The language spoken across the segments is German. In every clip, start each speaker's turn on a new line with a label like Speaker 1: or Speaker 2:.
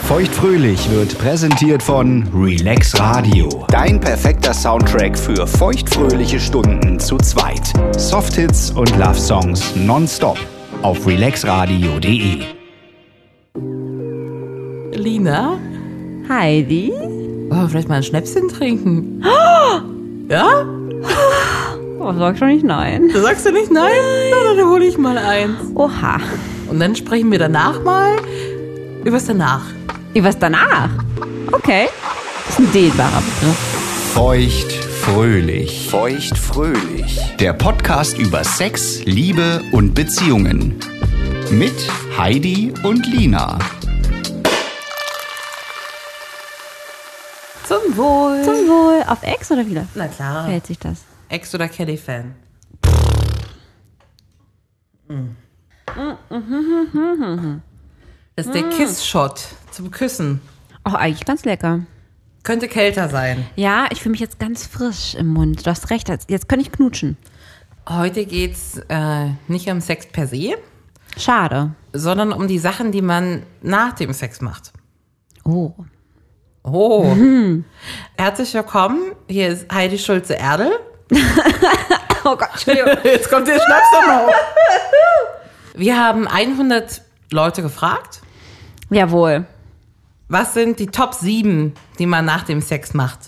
Speaker 1: Feuchtfröhlich wird präsentiert von Relax Radio. Dein perfekter Soundtrack für feuchtfröhliche Stunden zu zweit. Softhits und Love Songs nonstop auf relaxradio.de.
Speaker 2: Lina,
Speaker 3: Heidi?
Speaker 2: oh, vielleicht mal ein Schnäpschen trinken. Ja?
Speaker 3: Oh, sag schon nicht nein.
Speaker 2: Da sagst du nicht nein? Na, dann hole ich mal eins.
Speaker 3: Oha.
Speaker 2: Und dann sprechen wir danach mal übers danach.
Speaker 3: Was danach? Okay. Das ist ein dehnbarer Begriff.
Speaker 1: Feuchtfröhlich. Feuchtfröhlich. Der Podcast über Sex, Liebe und Beziehungen. Mit Heidi und Lina.
Speaker 2: Zum Wohl.
Speaker 3: Zum Wohl. Auf Ex oder wieder?
Speaker 2: Na klar.
Speaker 3: Verhält sich das?
Speaker 2: Ex oder Caddy-Fan? Mm. Das ist der Kiss-Shot zum Küssen.
Speaker 3: Auch eigentlich ganz lecker.
Speaker 2: Könnte kälter sein.
Speaker 3: Ja, ich fühle mich jetzt ganz frisch im Mund. Du hast recht, jetzt jetzt kann ich knutschen.
Speaker 2: Heute geht's äh, nicht um Sex per se,
Speaker 3: Schade.
Speaker 2: sondern um die Sachen, die man nach dem Sex macht.
Speaker 3: Oh.
Speaker 2: Oh. Herzlich willkommen. Hier ist Heidi Schulze-Erdel.
Speaker 3: Oh Gott, Entschuldigung.
Speaker 2: Jetzt kommt der Schnaps nochmal auf. Wir haben 100 Leute gefragt.
Speaker 3: Jawohl.
Speaker 2: Was sind die Top 7, die man nach dem Sex macht?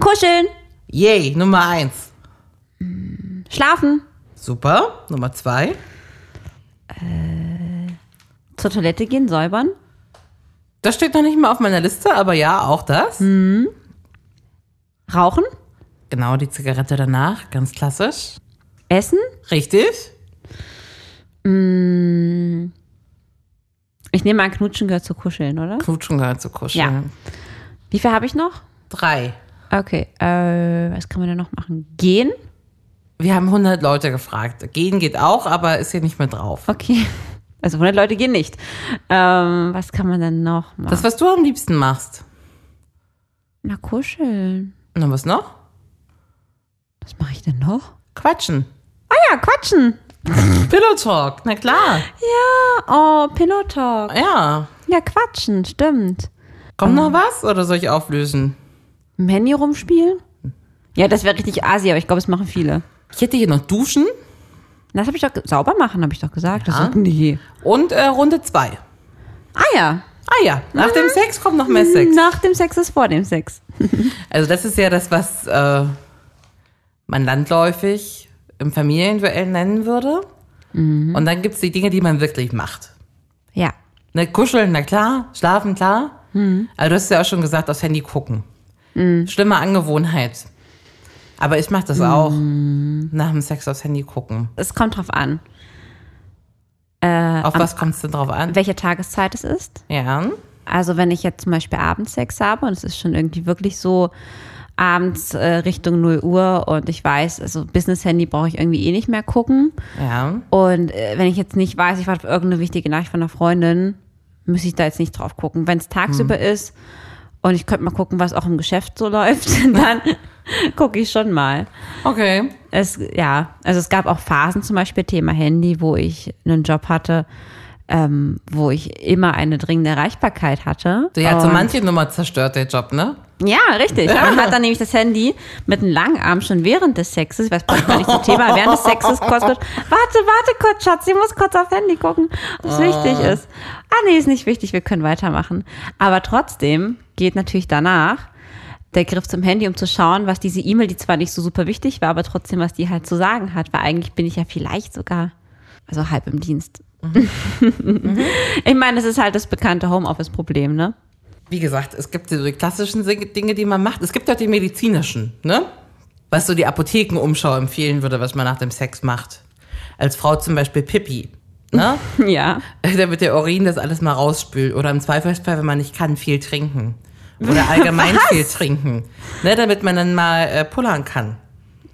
Speaker 3: Kuscheln,
Speaker 2: Yay, Nummer 1.
Speaker 3: schlafen,
Speaker 2: Super. Nummer 2.
Speaker 3: zur Toilette gehen, säubern.
Speaker 2: Das steht noch nicht mal auf meiner Liste, aber ja, auch das.
Speaker 3: Rauchen?
Speaker 2: Genau, die Zigarette danach, ganz klassisch.
Speaker 3: Essen?
Speaker 2: Richtig.
Speaker 3: Ich nehme an, Knutschen gehört zu Kuscheln, oder?
Speaker 2: Knutschen gehört zu kuscheln.
Speaker 3: Wie viel habe ich noch?
Speaker 2: Drei.
Speaker 3: Okay, äh, was kann man denn noch machen? Gehen?
Speaker 2: Wir haben 100 Leute gefragt. Gehen geht auch, aber ist hier nicht mehr drauf.
Speaker 3: Okay. Also 100 Leute gehen nicht. Ähm, was kann man denn noch machen?
Speaker 2: Das, was du am liebsten machst.
Speaker 3: Na, kuscheln.
Speaker 2: Und dann was noch?
Speaker 3: Was mache ich denn noch?
Speaker 2: Quatschen.
Speaker 3: Ah ja, quatschen.
Speaker 2: Pillow Talk, na klar.
Speaker 3: Oh, Pillow Talk.
Speaker 2: Ja.
Speaker 3: Ja, quatschen, stimmt.
Speaker 2: Kommt noch was oder soll ich auflösen?
Speaker 3: Im Handy rumspielen? Ja, das wäre richtig asi, aber ich glaube, es machen viele.
Speaker 2: Ich hätte hier noch Duschen
Speaker 3: Das habe ich doch ge- sauber machen, habe ich doch gesagt. Das nee.
Speaker 2: und äh, Runde 2.
Speaker 3: Ah ja.
Speaker 2: Ah ja, nach dem Sex kommt noch mehr Sex.
Speaker 3: Nach dem Sex ist vor dem Sex.
Speaker 2: Also das ist ja das, was äh, man landläufig im Familienduell nennen würde. Und dann gibt es die Dinge, die man wirklich macht.
Speaker 3: Ja.
Speaker 2: Ne, kuscheln, na klar, schlafen, klar. Also du hast ja auch schon gesagt, aufs Handy gucken. Schlimme Angewohnheit. Aber ich mache das auch. Nach dem Sex aufs Handy gucken.
Speaker 3: Es kommt drauf an,
Speaker 2: Auf was kommt es denn drauf an?
Speaker 3: welche Tageszeit es ist.
Speaker 2: Ja.
Speaker 3: Also wenn ich jetzt zum Beispiel Abendsex habe und es ist schon irgendwie wirklich so abends äh, Richtung 0 Uhr und ich weiß, also Business-Handy brauche ich irgendwie eh nicht mehr gucken.
Speaker 2: Ja.
Speaker 3: Und äh, wenn ich jetzt nicht weiß, ich warte auf irgendeine wichtige Nachricht von einer Freundin, müsste ich da jetzt nicht drauf gucken. Wenn es tagsüber ist und ich könnte mal gucken, was auch im Geschäft so läuft, dann gucke ich schon mal.
Speaker 2: Okay.
Speaker 3: Es, ja, also es gab auch Phasen, zum Beispiel Thema Handy, wo ich einen Job hatte, ähm, wo ich immer eine dringende Erreichbarkeit hatte.
Speaker 2: Du hast so
Speaker 3: Und-
Speaker 2: manche Nummer zerstört, der Job, ne?
Speaker 3: ja, richtig. Man hat dann nämlich das Handy mit einem langen Arm schon während des Sexes, ich weiß gar nicht zum Thema, während des Sexes kurz, kurz, warte, warte kurz, Schatz, ich muss kurz aufs Handy gucken, ob es wichtig ist. Ah, nee, ist nicht wichtig, wir können weitermachen. Aber trotzdem geht natürlich danach der Griff zum Handy, um zu schauen, was diese E-Mail, die zwar nicht so super wichtig war, aber trotzdem, was die halt zu sagen hat, weil eigentlich bin ich ja vielleicht sogar, also halb im Dienst. ich meine, das ist halt das bekannte Homeoffice-Problem, ne?
Speaker 2: Wie gesagt, es gibt so die klassischen Sing- Dinge, die man macht. Es gibt auch die medizinischen, ne? Was so die Apothekenumschau empfehlen würde, was man nach dem Sex macht. Als Frau zum Beispiel Pipi, ne?
Speaker 3: Ja.
Speaker 2: Damit der Urin das alles mal rausspült. Oder im Zweifelsfall, wenn man nicht kann, viel trinken. Oder allgemein viel trinken. Ne? Damit man dann mal äh, pullern kann.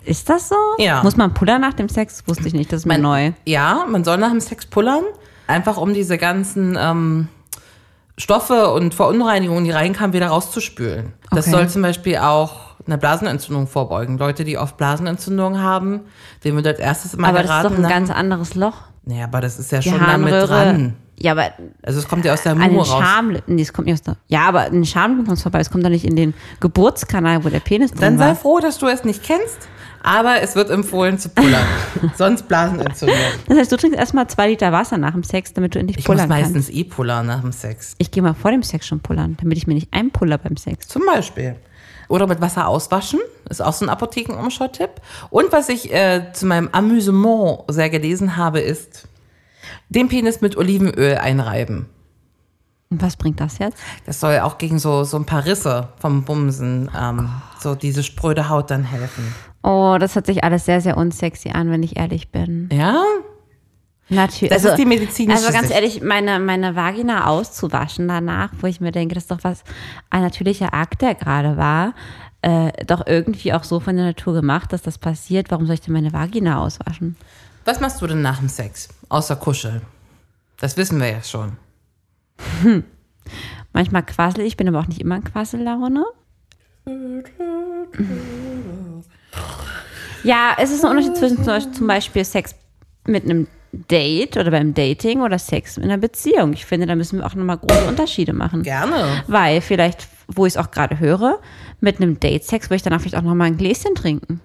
Speaker 3: Ist das so?
Speaker 2: Ja.
Speaker 3: Muss man pullern nach dem Sex? Wusste ich nicht, das ist mir neu.
Speaker 2: Ja, man soll nach dem Sex pullern, einfach um diese ganzen ähm, Stoffe und Verunreinigungen, die reinkamen, wieder rauszuspülen. Das
Speaker 3: Okay.
Speaker 2: soll zum Beispiel auch eine Blasenentzündung vorbeugen. Leute, die oft Blasenentzündung haben, denen wird als erstes immer
Speaker 3: Aber das ist
Speaker 2: geraten.
Speaker 3: doch ein
Speaker 2: nach-
Speaker 3: ganz anderes Loch.
Speaker 2: naja, aber das ist ja
Speaker 3: Die
Speaker 2: schon damit
Speaker 3: Harnröhre.
Speaker 2: dran.
Speaker 3: Ja, aber
Speaker 2: Also es kommt ja aus der
Speaker 3: an
Speaker 2: Mumu
Speaker 3: den
Speaker 2: raus.
Speaker 3: Schamlippen, nee, es kommt nicht aus der, ja, aber an den Schamlippen kommt es vorbei, es kommt doch nicht in den Geburtskanal, wo der Penis
Speaker 2: Dann
Speaker 3: drin
Speaker 2: sei
Speaker 3: war.
Speaker 2: froh, dass du es nicht kennst, aber es wird empfohlen zu pullern. Sonst Blasenentzündung.
Speaker 3: Das heißt, du trinkst erstmal zwei Liter Wasser nach dem Sex, damit du endlich
Speaker 2: Ich muss
Speaker 3: pullern kannst.
Speaker 2: meistens eh pullern nach dem Sex.
Speaker 3: Ich gehe mal vor dem Sex schon pullern, damit ich mir nicht einpuller beim Sex.
Speaker 2: Zum Beispiel. Oder mit Wasser auswaschen, ist auch so ein Apothekenumschau-Tipp. Und was ich äh, zu meinem Amüsement sehr gelesen habe, ist, den Penis mit Olivenöl einreiben.
Speaker 3: Und was bringt das jetzt?
Speaker 2: Das soll auch gegen so, so ein paar Risse vom Bumsen, ähm, so diese spröde Haut dann helfen.
Speaker 3: Oh, das hört sich alles sehr, sehr unsexy an, wenn ich ehrlich bin.
Speaker 2: Ja?
Speaker 3: Natürlich.
Speaker 2: Das ist die medizinische
Speaker 3: Also ganz
Speaker 2: Sicht.
Speaker 3: ehrlich, meine, meine Vagina auszuwaschen danach, wo ich mir denke, das ist doch was ein natürlicher Akt, der gerade war, äh, doch irgendwie auch so von der Natur gemacht, dass das passiert. Warum soll ich denn meine Vagina auswaschen?
Speaker 2: Was machst du denn nach dem Sex? Außer kuscheln. Das wissen wir ja schon.
Speaker 3: Manchmal quassel ich, bin aber auch nicht immer in Quassellaune. Ja, es ist ein Unterschied zwischen zum Beispiel- zum Beispiel Sex mit einem Date oder beim Dating oder Sex in einer Beziehung. Ich finde, da müssen wir auch nochmal große Unterschiede machen.
Speaker 2: Gerne.
Speaker 3: Weil vielleicht, wo ich es auch gerade höre, mit einem Date-Sex würde ich danach vielleicht auch nochmal ein Gläschen trinken.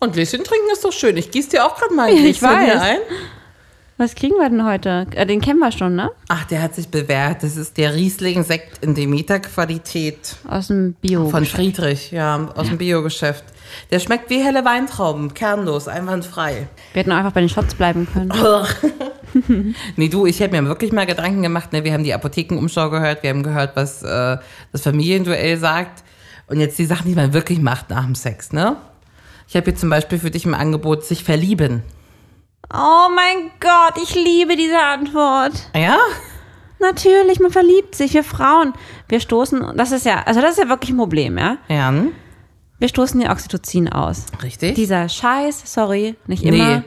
Speaker 2: Und Gläschen trinken ist doch schön. Ich gieße dir auch gerade mal ein
Speaker 3: Ich
Speaker 2: Gläschen hier
Speaker 3: weiß.
Speaker 2: ein.
Speaker 3: Was kriegen wir denn heute? Äh, den kennen wir schon, ne?
Speaker 2: Ach, der hat sich bewährt. Das ist der Riesling-Sekt in Demeter-Qualität.
Speaker 3: Aus dem Bio.
Speaker 2: Von Friedrich, ja, aus dem Biogeschäft. Der schmeckt wie helle Weintrauben, kernlos, einwandfrei.
Speaker 3: wir hätten auch einfach bei den Shots bleiben können.
Speaker 2: Nee, du, ich hätte mir wirklich mal Gedanken gemacht. Ne? Wir haben die Apothekenumschau gehört, wir haben gehört, was äh, das Familienduell sagt. Und jetzt die Sachen, die man wirklich macht nach dem Sex, ne? Ich habe hier zum Beispiel für dich im Angebot, sich verlieben.
Speaker 3: Oh mein Gott, ich liebe diese Antwort.
Speaker 2: Ja?
Speaker 3: Natürlich, man verliebt sich, wir Frauen. Wir stoßen, das ist ja, also das ist ja wirklich ein Problem, ja?
Speaker 2: Jan?
Speaker 3: Wir stoßen ja Oxytocin aus.
Speaker 2: hm? Richtig?
Speaker 3: Dieser Scheiß, sorry, nicht immer.
Speaker 2: nee,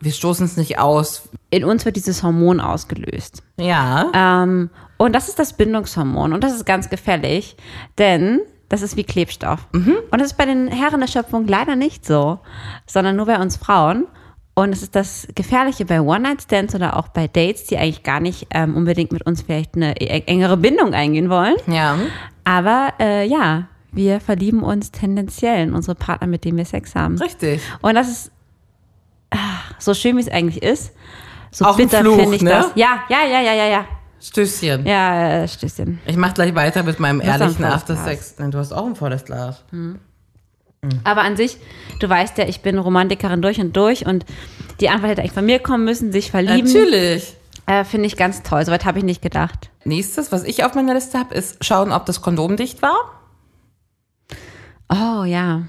Speaker 2: wir stoßen es nicht aus.
Speaker 3: In uns wird dieses Hormon ausgelöst.
Speaker 2: Ja.
Speaker 3: Ähm, und das ist das Bindungshormon und das ist ganz gefährlich, denn das ist wie Klebstoff.
Speaker 2: Mhm.
Speaker 3: Und das ist bei den Herren der Schöpfung leider nicht so, sondern nur bei uns Frauen. Und es ist das Gefährliche bei One-Night-Stands oder auch bei Dates, die eigentlich gar nicht ähm, unbedingt mit uns vielleicht eine e- engere Bindung eingehen wollen.
Speaker 2: Ja.
Speaker 3: Aber äh, ja, wir verlieben uns tendenziell in unsere Partner, mit denen wir Sex haben.
Speaker 2: Richtig.
Speaker 3: Und das ist ah, so schön, wie es eigentlich ist. So
Speaker 2: Auch ein
Speaker 3: bitter
Speaker 2: Fluch,
Speaker 3: finde ich
Speaker 2: ne?
Speaker 3: das. Ja, ja, ja, ja, ja, ja.
Speaker 2: Stößchen.
Speaker 3: Ja, äh, Stößchen.
Speaker 2: Ich mach gleich weiter mit meinem
Speaker 3: hast
Speaker 2: ehrlichen
Speaker 3: ein volles Glas.
Speaker 2: Aftersex. Nein, du hast auch ein volles Glas.
Speaker 3: Aber an sich, du weißt ja, ich bin Romantikerin durch und durch und die Antwort hätte eigentlich von mir kommen müssen, sich verlieben.
Speaker 2: Natürlich.
Speaker 3: Äh, Finde ich ganz toll. Soweit habe ich nicht gedacht.
Speaker 2: Nächstes, was ich auf meiner Liste habe, ist schauen, ob das Kondom dicht war.
Speaker 3: Oh ja.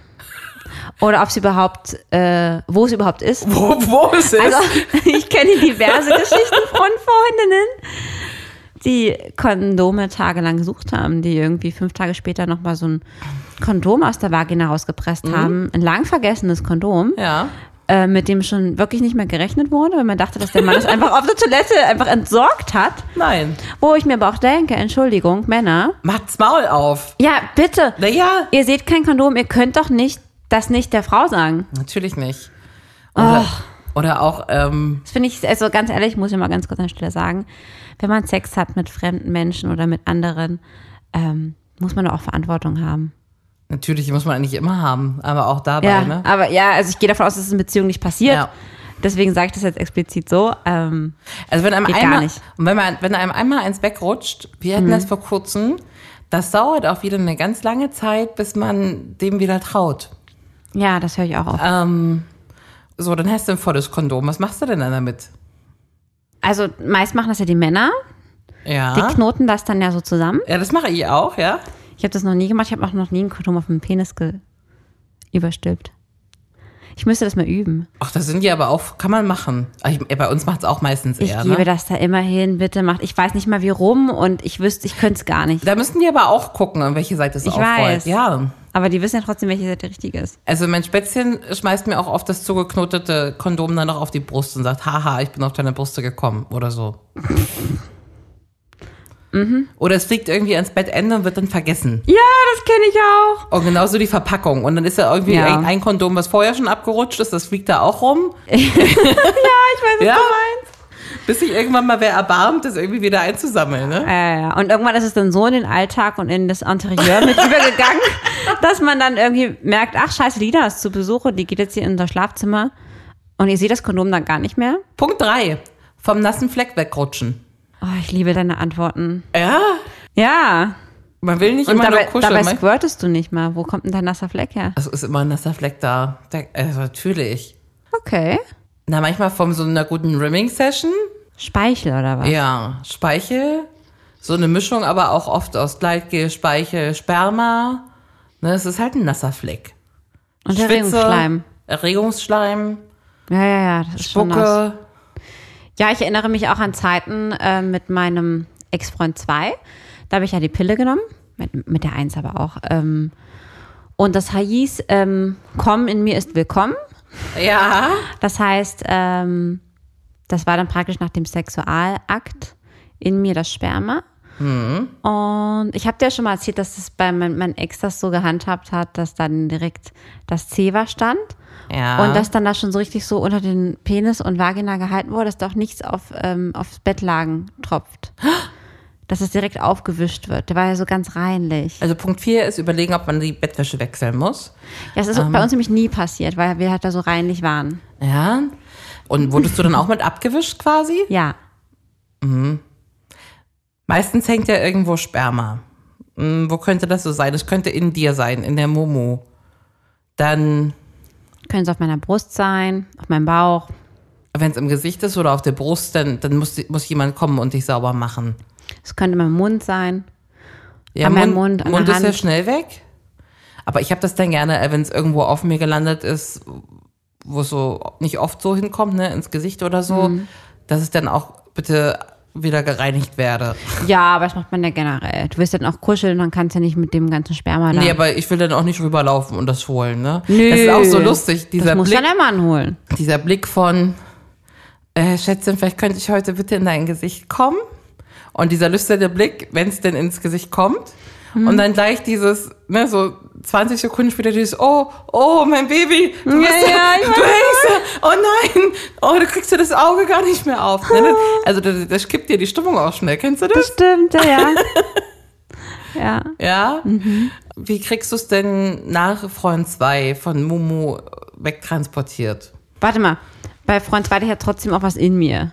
Speaker 3: Oder ob es überhaupt, äh, wo es überhaupt ist.
Speaker 2: Wo, wo ist es?
Speaker 3: Also, ich kenne diverse Geschichten von Freundinnen, die Kondome tagelang gesucht haben, die irgendwie fünf Tage später nochmal so ein Kondom aus der Vagina rausgepresst
Speaker 2: Mhm.
Speaker 3: haben. Ein lang vergessenes Kondom.
Speaker 2: ja.
Speaker 3: äh, mit dem schon wirklich nicht mehr gerechnet wurde, weil man dachte, dass der Mann es einfach auf der Toilette einfach entsorgt hat.
Speaker 2: Nein.
Speaker 3: Wo ich mir aber auch denke, Entschuldigung, Männer,
Speaker 2: Macht's Maul auf.
Speaker 3: ja, bitte,
Speaker 2: Naja.
Speaker 3: ihr seht kein Kondom, ihr könnt doch nicht das nicht der Frau sagen. Oh,
Speaker 2: Natürlich nicht. Oder, oder auch, ähm,
Speaker 3: Das finde ich, also ganz ehrlich, muss ich mal ganz kurz an der Stelle sagen, wenn man Sex hat mit fremden Menschen oder mit anderen, ähm, muss man doch auch Verantwortung haben.
Speaker 2: natürlich muss man eigentlich immer haben, aber auch dabei,
Speaker 3: Ja,
Speaker 2: ne?
Speaker 3: aber ja, also ich gehe davon aus, dass es in Beziehungen nicht passiert.
Speaker 2: Ja.
Speaker 3: Deswegen sage ich das jetzt explizit so. Ähm,
Speaker 2: Also wenn einem
Speaker 3: Geht gar
Speaker 2: einmal,
Speaker 3: nicht. Mhm.
Speaker 2: Und wenn, man, wenn einem einmal eins wegrutscht, wir hatten das vor kurzem, das dauert auch wieder eine ganz lange Zeit, bis man dem wieder traut.
Speaker 3: ja, das höre ich auch auf.
Speaker 2: Ähm, so, dann hast du ein volles Kondom. Was machst du denn dann damit?
Speaker 3: Also meist machen das ja die Männer.
Speaker 2: Ja.
Speaker 3: Die knoten das dann ja so zusammen.
Speaker 2: Ja, das mache ich auch, ja.
Speaker 3: Ich habe das noch nie gemacht. Ich habe auch noch nie ein Kondom auf dem Penis ge überstülpt. Ich müsste das mal üben.
Speaker 2: Ach, das sind die aber auch, kann man machen. Aber Ich, bei uns macht es auch meistens
Speaker 3: Ich
Speaker 2: eher,
Speaker 3: gebe
Speaker 2: ne?
Speaker 3: das da immer hin, bitte macht. Ich weiß nicht mal wie rum und ich wüsste, ich könnte es gar nicht.
Speaker 2: Da müssten die aber auch gucken, an welche Seite es
Speaker 3: Ich
Speaker 2: aufrollt.
Speaker 3: weiß.
Speaker 2: Ja.
Speaker 3: Aber die wissen ja trotzdem, welche Seite richtig ist.
Speaker 2: Also mein Spätzchen schmeißt mir auch oft das zugeknotete Kondom dann noch auf die Brust und sagt, haha, ich bin auf deine Brüste gekommen oder so. Oder es fliegt irgendwie ans Bettende und wird dann vergessen.
Speaker 3: Mhm. Ja, das kenne ich auch.
Speaker 2: Und genauso die Verpackung. Und dann ist da irgendwie
Speaker 3: Ja.
Speaker 2: ein, ein Kondom, was vorher schon abgerutscht ist, das fliegt da auch rum.
Speaker 3: Ja, ich weiß es.
Speaker 2: Ja. Bis sich irgendwann mal wer erbarmt, das irgendwie wieder einzusammeln, ne?
Speaker 3: Ja, ja. Und irgendwann ist es dann so in den Alltag und in das Interieur mit übergegangen, dass man dann irgendwie merkt, ach scheiße, Lina ist zu Besuch und die geht jetzt hier in unser Schlafzimmer und ihr seht das Kondom dann gar nicht mehr.
Speaker 2: Punkt 3. Vom nassen Fleck wegrutschen.
Speaker 3: Oh, ich liebe deine Antworten.
Speaker 2: Ja,
Speaker 3: Ja.
Speaker 2: man will nicht
Speaker 3: Und
Speaker 2: immer
Speaker 3: dabei,
Speaker 2: nur kuscheln.
Speaker 3: dabei
Speaker 2: man-
Speaker 3: squirtest du nicht mal. Wo kommt denn dein nasser Fleck her?
Speaker 2: Es ist immer ein nasser Fleck da. Da- Also natürlich.
Speaker 3: Okay.
Speaker 2: Na, manchmal von so einer guten Rimming-Session.
Speaker 3: Speichel oder was?
Speaker 2: Ja, Speichel. So eine Mischung, aber auch oft aus Gleitgel, Speichel, Sperma. Ne, es ist halt ein nasser Fleck.
Speaker 3: Und
Speaker 2: Schwitze,
Speaker 3: Erregungsschleim.
Speaker 2: Erregungsschleim,
Speaker 3: Ja, ja, ja. Das ist schon nass.
Speaker 2: Spucke.
Speaker 3: Ja, ich erinnere mich auch an Zeiten äh, mit meinem Ex-Freund 2. Da habe ich ja die Pille genommen, mit, mit der 1 aber auch. Ähm, und das hieß, ähm, komm in mir ist willkommen.
Speaker 2: Ja.
Speaker 3: Das heißt, ähm, das war dann praktisch nach dem Sexualakt in mir das Sperma. Und ich habe dir schon mal erzählt, dass das bei mein, mein Ex das so gehandhabt hat, dass dann direkt das Zewa stand.
Speaker 2: Ja.
Speaker 3: Und dass dann da schon so richtig so unter den Penis und Vagina gehalten wurde, dass da auch nichts auf, ähm, aufs Bettlagen tropft. Dass es direkt aufgewischt wird. Der war ja so ganz reinlich.
Speaker 2: Also Punkt 4 ist überlegen, ob man die Bettwäsche wechseln muss.
Speaker 3: Ja, das ist bei uns nämlich nie passiert, weil wir halt da so reinlich waren.
Speaker 2: Ja. Und wurdest du dann auch mit abgewischt quasi?
Speaker 3: Ja.
Speaker 2: Meistens hängt ja irgendwo Sperma. Hm, wo könnte das so sein? Das könnte in dir sein, in der Momo. Dann,
Speaker 3: Können es auf meiner Brust sein, auf meinem Bauch.
Speaker 2: wenn es im Gesicht ist oder auf der Brust, dann, dann muss, muss jemand kommen und dich sauber machen.
Speaker 3: Es könnte mein Mund sein.
Speaker 2: Ja,
Speaker 3: An meinem Mund, an der
Speaker 2: Mund ist ja
Speaker 3: Hand.
Speaker 2: schnell weg. Aber ich habe das dann gerne, wenn es irgendwo auf mir gelandet ist, wo es so nicht oft so hinkommt, ne, ins Gesicht oder so,
Speaker 3: Mhm.
Speaker 2: dass es dann auch bitte wieder gereinigt werde.
Speaker 3: Ja, aber das macht man ja generell. Du willst dann auch kuscheln, dann kannst du ja nicht mit dem ganzen Sperma da.
Speaker 2: Nee, aber ich will dann auch nicht rüberlaufen und das holen, ne?
Speaker 3: Nö.
Speaker 2: Das ist auch so lustig, dieser
Speaker 3: das muss
Speaker 2: Blick,
Speaker 3: dann der Mann holen.
Speaker 2: dieser Blick von äh, Schätzchen, vielleicht könnte ich heute bitte in dein Gesicht kommen. Und dieser lüsterne Blick, wenn es denn ins Gesicht kommt.
Speaker 3: Mhm.
Speaker 2: Und dann gleich dieses, ne, so 20 Sekunden später dieses, oh, oh, mein Baby, du,
Speaker 3: Ja,
Speaker 2: bist
Speaker 3: ja, ich
Speaker 2: du hängst, da. oh nein, oh, du kriegst ja das Auge gar nicht mehr auf. Ne?
Speaker 3: Ah.
Speaker 2: Also das, das kippt dir die Stimmung auch schnell, kennst du das?
Speaker 3: Stimmt, ja, ja. ja.
Speaker 2: Ja.
Speaker 3: Mhm.
Speaker 2: Wie kriegst du es denn nach Freund 2 von Mumu wegtransportiert?
Speaker 3: Warte mal. Bei Freund 2 hatte ich ja trotzdem auch was in mir.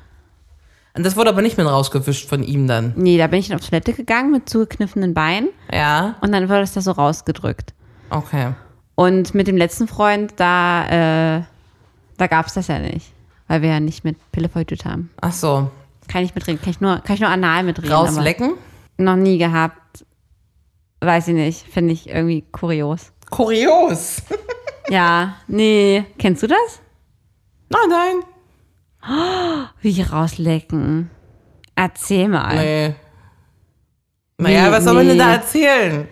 Speaker 2: Und das wurde aber nicht mehr rausgewischt von ihm dann.
Speaker 3: Nee, da bin ich dann auf Toilette gegangen mit zugekniffenen Beinen
Speaker 2: Ja,
Speaker 3: und dann wurde es da so rausgedrückt.
Speaker 2: okay.
Speaker 3: Und mit dem letzten Freund, da, äh, da gab es das ja nicht. Weil wir ja nicht mit Pille verhütet haben.
Speaker 2: Ach so.
Speaker 3: Kann ich mitreden. Kann ich nur, kann ich nur anal mitreden. aber-
Speaker 2: Rauslecken?
Speaker 3: noch nie gehabt. Weiß ich nicht, finde ich irgendwie kurios.
Speaker 2: Kurios.
Speaker 3: Ja, nee. Kennst du das?
Speaker 2: Nein, nein.
Speaker 3: Wie rauslecken. Erzähl mal.
Speaker 2: Nee. Naja,
Speaker 3: Nee,
Speaker 2: was soll man denn
Speaker 3: nee.
Speaker 2: da erzählen?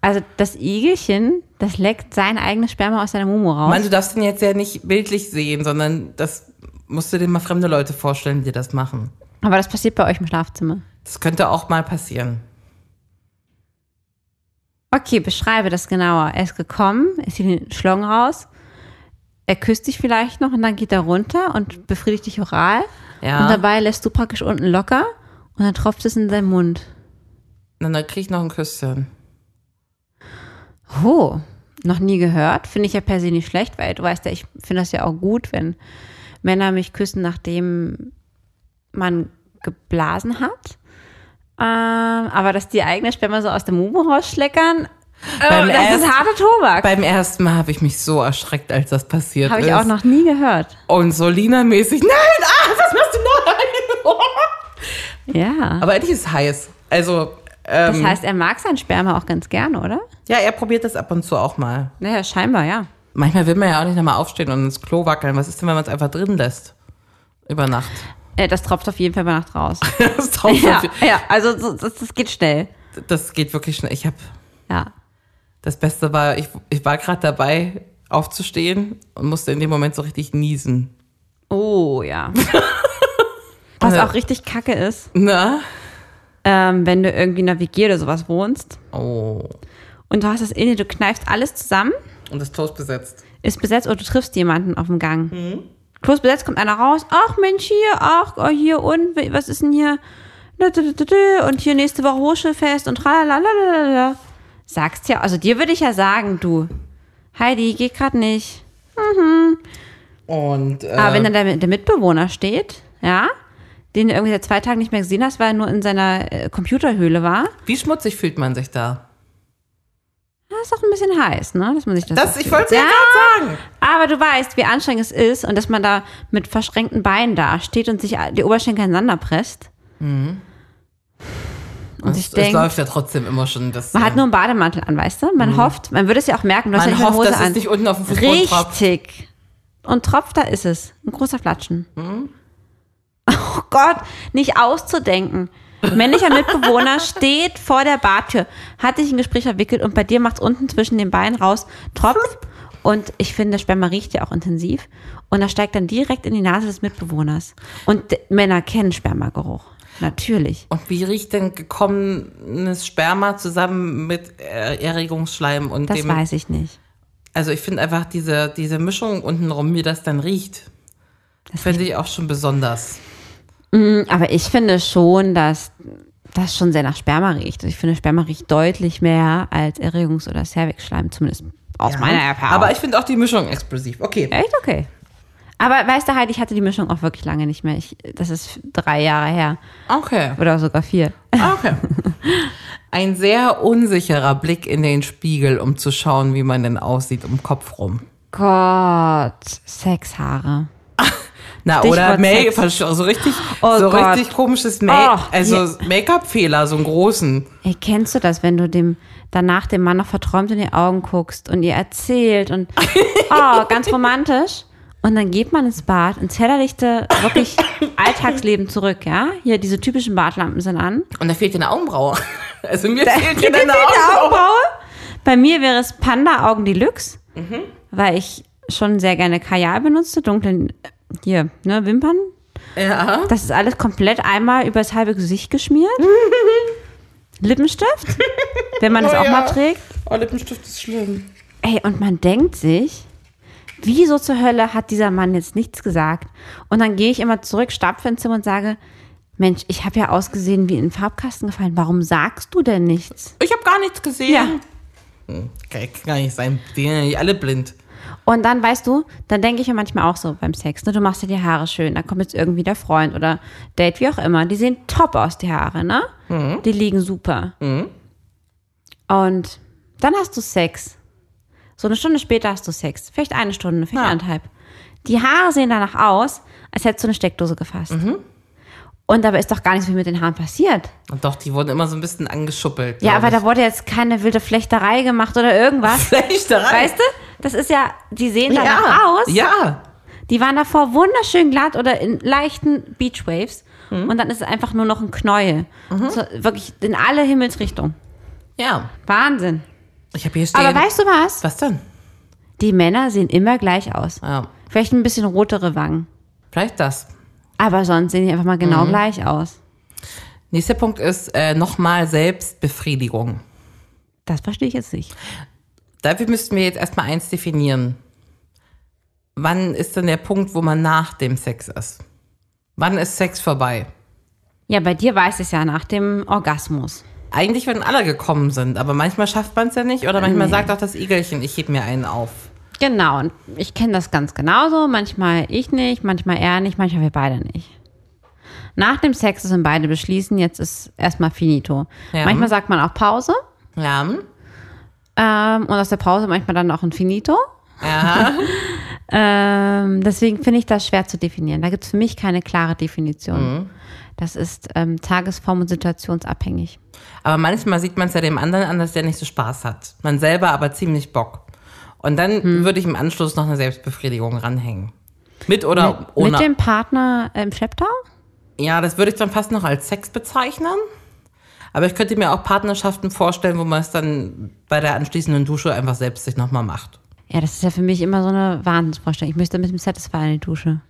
Speaker 3: Also das Igelchen, das leckt sein eigenes Sperma aus seiner Mumu raus.
Speaker 2: Mann, du darfst den jetzt ja nicht bildlich sehen, sondern das musst du dir mal fremde Leute vorstellen, die das machen.
Speaker 3: Aber das passiert bei euch im Schlafzimmer.
Speaker 2: Das könnte auch mal passieren.
Speaker 3: Okay, beschreibe das genauer. Er ist gekommen, er zieht den Schlong raus. Er küsst dich vielleicht noch und dann geht er runter und befriedigt dich oral.
Speaker 2: Ja.
Speaker 3: Und dabei lässt du praktisch unten locker und dann tropft es in deinen Mund.
Speaker 2: Na, dann krieg ich noch ein Küsschen.
Speaker 3: Oh, noch nie gehört. Finde ich ja per se nicht schlecht, weil du weißt ja, ich finde das ja auch gut, wenn Männer mich küssen, nachdem man geblasen hat. Ähm, aber dass die eigene Sperma so aus dem Mumu rausschleckern,
Speaker 2: Beim
Speaker 3: ähm, das ist
Speaker 2: Erst-
Speaker 3: harter Tobak.
Speaker 2: Beim ersten Mal habe ich mich so erschreckt, als das passiert
Speaker 3: Habe
Speaker 2: ist.
Speaker 3: ich auch noch nie gehört.
Speaker 2: Und Solina-mäßig, nein, ah, was machst du noch?
Speaker 3: Ja.
Speaker 2: Aber endlich ist es heiß. Also,
Speaker 3: das
Speaker 2: ähm,
Speaker 3: heißt, er mag sein Sperma auch ganz gerne, oder?
Speaker 2: ja, er probiert das ab und zu auch mal.
Speaker 3: Naja, scheinbar, ja.
Speaker 2: Manchmal will man ja auch nicht nochmal aufstehen und ins Klo wackeln. Was ist denn, wenn man es einfach drin lässt? Über Nacht.
Speaker 3: Äh, Das tropft auf jeden Fall über Nacht raus.
Speaker 2: Das, taucht so
Speaker 3: ja,
Speaker 2: viel-
Speaker 3: ja, also so- das, das geht schnell.
Speaker 2: das geht wirklich schnell. Ich habe
Speaker 3: Ja.
Speaker 2: das Beste war, ich, ich war gerade dabei, aufzustehen und musste in dem Moment so richtig niesen.
Speaker 3: Oh, ja. Was
Speaker 2: Also-
Speaker 3: auch richtig kacke ist,
Speaker 2: Na?
Speaker 3: ähm, wenn du irgendwie in einer WG oder sowas wohnst
Speaker 2: Oh.
Speaker 3: und du hast das in dir, du kneifst alles zusammen,
Speaker 2: Und das Toast besetzt.
Speaker 3: ist besetzt oder du triffst jemanden auf dem Gang. Plus besetzt kommt einer raus. Ach Mensch, hier, ach, oh, hier und was ist denn hier? Und hier nächste Woche Hochschulfest und tralalalala. Sagst ja, also dir würde ich ja sagen, du, Heidi, geht grad nicht.
Speaker 2: Und äh,
Speaker 3: Aber Ah, wenn dann der, der Mitbewohner steht, ja, den du irgendwie seit zwei Tagen nicht mehr gesehen hast, weil er nur in seiner äh, Computerhöhle war,
Speaker 2: wie schmutzig fühlt man sich da?
Speaker 3: das ist auch ein bisschen heiß, ne? Dass man sich das.
Speaker 2: Das,
Speaker 3: so
Speaker 2: ich
Speaker 3: fühlt.
Speaker 2: wollte es ja
Speaker 3: Ja,
Speaker 2: gerade sagen.
Speaker 3: Aber du weißt, wie anstrengend es ist und dass man da mit verschränkten Beinen dasteht und sich die Oberschenkel ineinander presst. Und ich
Speaker 2: Es, es
Speaker 3: denke,
Speaker 2: Mhm. läuft ja trotzdem immer schon das.
Speaker 3: man hat nur einen Bademantel an, weißt du? Man hofft, man würde es ja auch merken, du hast ja
Speaker 2: man
Speaker 3: nicht mal
Speaker 2: hofft,
Speaker 3: Hose
Speaker 2: dass
Speaker 3: an.
Speaker 2: es nicht unten auf dem Fußboden tropft.
Speaker 3: Richtig. Und Tropf, da ist es. Ein großer Flatschen. Oh Gott, nicht auszudenken. Männlicher Mitbewohner steht vor der Bartür, hat dich in ein Gespräch verwickelt und bei dir macht es unten zwischen den Beinen raus Tropf. Und ich finde, Sperma riecht ja auch intensiv. Und das steigt dann direkt in die Nase des Mitbewohners. Und d- Männer kennen Spermageruch. Natürlich.
Speaker 2: Und wie riecht denn gekommenes Sperma zusammen mit äh, Erregungsschleim und
Speaker 3: Das
Speaker 2: dem?
Speaker 3: weiß ich nicht.
Speaker 2: Also ich finde einfach diese, diese Mischung untenrum, wie das dann riecht, finde ich auch schon besonders.
Speaker 3: Aber ich finde schon, dass das schon sehr nach Sperma riecht. Also Ich finde, Sperma riecht deutlich mehr als Erregungs- oder Cervixschleim, zumindest aus meiner Erfahrung.
Speaker 2: Aber ich finde auch die Mischung explosiv. Okay.
Speaker 3: Echt okay. Aber weißt du, Heidi, ich hatte die Mischung auch wirklich lange nicht mehr. Ich, das ist drei Jahre her
Speaker 2: Okay.
Speaker 3: oder sogar vier.
Speaker 2: Okay. Ein sehr unsicherer Blick in den Spiegel, um zu schauen, wie man denn aussieht um Kopf rum.
Speaker 3: Gott, Sexhaare.
Speaker 2: Na,
Speaker 3: Stichwort
Speaker 2: oder Make
Speaker 3: Sex.
Speaker 2: versch- so richtig,
Speaker 3: Oh
Speaker 2: so
Speaker 3: Gott.
Speaker 2: richtig komisches Make,
Speaker 3: Oh,
Speaker 2: also
Speaker 3: je-
Speaker 2: Make-up-Fehler, so einen großen.
Speaker 3: Ey, kennst du das, wenn du dem danach dem Mann noch verträumt in die Augen guckst und ihr erzählt und oh, ganz romantisch. Und dann geht man ins Bad, ins hellerlichte, wirklich Alltagsleben zurück, ja? Hier, diese typischen Badlampen sind an.
Speaker 2: Und da fehlt dir eine Augenbraue. Also mir fehlt dir
Speaker 3: Fehlt
Speaker 2: eine
Speaker 3: dir die
Speaker 2: Augenbraue.
Speaker 3: Augenbraue? Bei mir wäre es Panda-Augen Deluxe,
Speaker 2: Mhm.
Speaker 3: weil ich schon sehr gerne Kajal benutze, dunklen, äh, hier, ne, Wimpern.
Speaker 2: Ja.
Speaker 3: Das ist alles komplett einmal übers halbe Gesicht geschmiert. Lippenstift, wenn man das
Speaker 2: Oh
Speaker 3: auch
Speaker 2: ja.
Speaker 3: mal trägt.
Speaker 2: Oh, Lippenstift ist schlimm.
Speaker 3: Ey, und man denkt sich, wieso zur Hölle hat dieser Mann jetzt nichts gesagt? Und dann gehe ich immer zurück, stapfe ins Zimmer und sage, Mensch, ich habe ja ausgesehen wie in den Farbkasten gefallen. Warum sagst du denn nichts?
Speaker 2: Ich habe gar nichts gesehen.
Speaker 3: Ja.
Speaker 2: Okay, kann gar nicht sein. Die sind ja nicht alle blind.
Speaker 3: Und dann weißt du, dann denke ich ja manchmal auch so beim Sex, ne, du machst dir die Haare schön, da kommt jetzt irgendwie der Freund oder Date, wie auch immer. Die sehen top aus, die Haare, ne?
Speaker 2: Mhm.
Speaker 3: Die liegen super. Und dann hast du Sex. So eine Stunde später hast du Sex. Vielleicht eine Stunde, vielleicht
Speaker 2: Ja.
Speaker 3: anderthalb. Die Haare sehen danach aus, als hättest du eine Steckdose gefasst.
Speaker 2: Mhm.
Speaker 3: Und dabei ist doch gar nicht so viel mit den Haaren passiert.
Speaker 2: Und doch, die wurden immer so ein bisschen angeschuppelt.
Speaker 3: Ja, aber
Speaker 2: glaub
Speaker 3: da wurde jetzt keine wilde Flechterei gemacht oder irgendwas.
Speaker 2: ich. Vielleicht da rein.
Speaker 3: Weißt du? Das ist ja, die sehen
Speaker 2: ja.
Speaker 3: danach aus.
Speaker 2: Ja.
Speaker 3: Die waren davor wunderschön glatt oder in leichten Beachwaves. Und dann ist es einfach nur noch ein Knäuel. So, wirklich in alle Himmelsrichtungen.
Speaker 2: Ja.
Speaker 3: Wahnsinn.
Speaker 2: Ich habe hier stehen.
Speaker 3: Aber weißt du was?
Speaker 2: was denn?
Speaker 3: Die Männer sehen immer gleich aus.
Speaker 2: Ja.
Speaker 3: Vielleicht ein bisschen rotere Wangen.
Speaker 2: Vielleicht das.
Speaker 3: Aber sonst sehen die einfach mal genau gleich aus.
Speaker 2: Nächster Punkt ist äh, nochmal Selbstbefriedigung.
Speaker 3: Das verstehe ich jetzt nicht.
Speaker 2: Dafür müssten wir jetzt erstmal eins definieren. Wann ist denn der Punkt, wo man nach dem Sex ist? Wann ist Sex vorbei?
Speaker 3: Ja, bei dir weiß ich es ja nach dem Orgasmus.
Speaker 2: Eigentlich, wenn alle gekommen sind, aber manchmal schafft man es ja nicht oder manchmal
Speaker 3: Nee.
Speaker 2: sagt auch das Igelchen, ich heb mir einen auf.
Speaker 3: Genau, und ich kenne das ganz genauso. Manchmal ich nicht, manchmal er nicht, manchmal wir beide nicht. Nach dem Sex sind beide beschließen, jetzt ist erstmal finito.
Speaker 2: Ja.
Speaker 3: Manchmal sagt man auch Pause
Speaker 2: Ja,
Speaker 3: ähm, und aus der Pause manchmal dann auch ein Finito.
Speaker 2: ja.
Speaker 3: Ähm, deswegen finde ich das schwer zu definieren. Da gibt es für mich keine klare Definition. Das ist ähm, tagesform- und situationsabhängig.
Speaker 2: aber manchmal sieht man es ja dem anderen an, dass der nicht so Spaß hat. Man selber aber ziemlich Bock. Und dann
Speaker 3: Hm.
Speaker 2: würde ich im Anschluss noch eine Selbstbefriedigung ranhängen. Mit oder ohne.
Speaker 3: Mit dem Partner im Schlepptau?
Speaker 2: Ja, das würde ich dann fast noch als Sex bezeichnen. Aber ich könnte mir auch Partnerschaften vorstellen, wo man es dann bei der anschließenden Dusche einfach selbst sich nochmal macht.
Speaker 3: Ja, das ist ja für mich immer so eine Wahnsinnsvorstellung. Ich müsste mit dem Satisfy in die Dusche.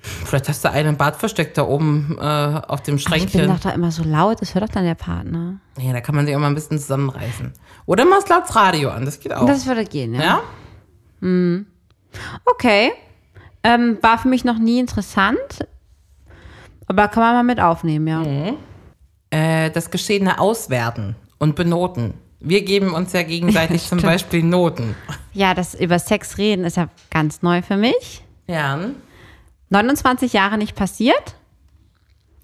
Speaker 2: Vielleicht hast du einen im Bad versteckt da oben äh, auf dem
Speaker 3: Aber Ich bin
Speaker 2: Schränkchen.
Speaker 3: doch da immer so laut, das hört doch dann der Partner.
Speaker 2: Ja, da kann man sich auch mal ein bisschen zusammenreißen. Oder machst laut das Radio an, das geht auch.
Speaker 3: Das würde gehen, ja.
Speaker 2: ja?
Speaker 3: Okay. Ähm, war für mich noch nie interessant, aber kann man mal mit aufnehmen, ja.
Speaker 2: Äh, das Geschehene auswerten und benoten. Wir geben uns ja gegenseitig zum Beispiel Noten.
Speaker 3: Ja, das über Sex reden ist ja ganz neu für mich.
Speaker 2: Ja.
Speaker 3: 29 Jahre nicht passiert.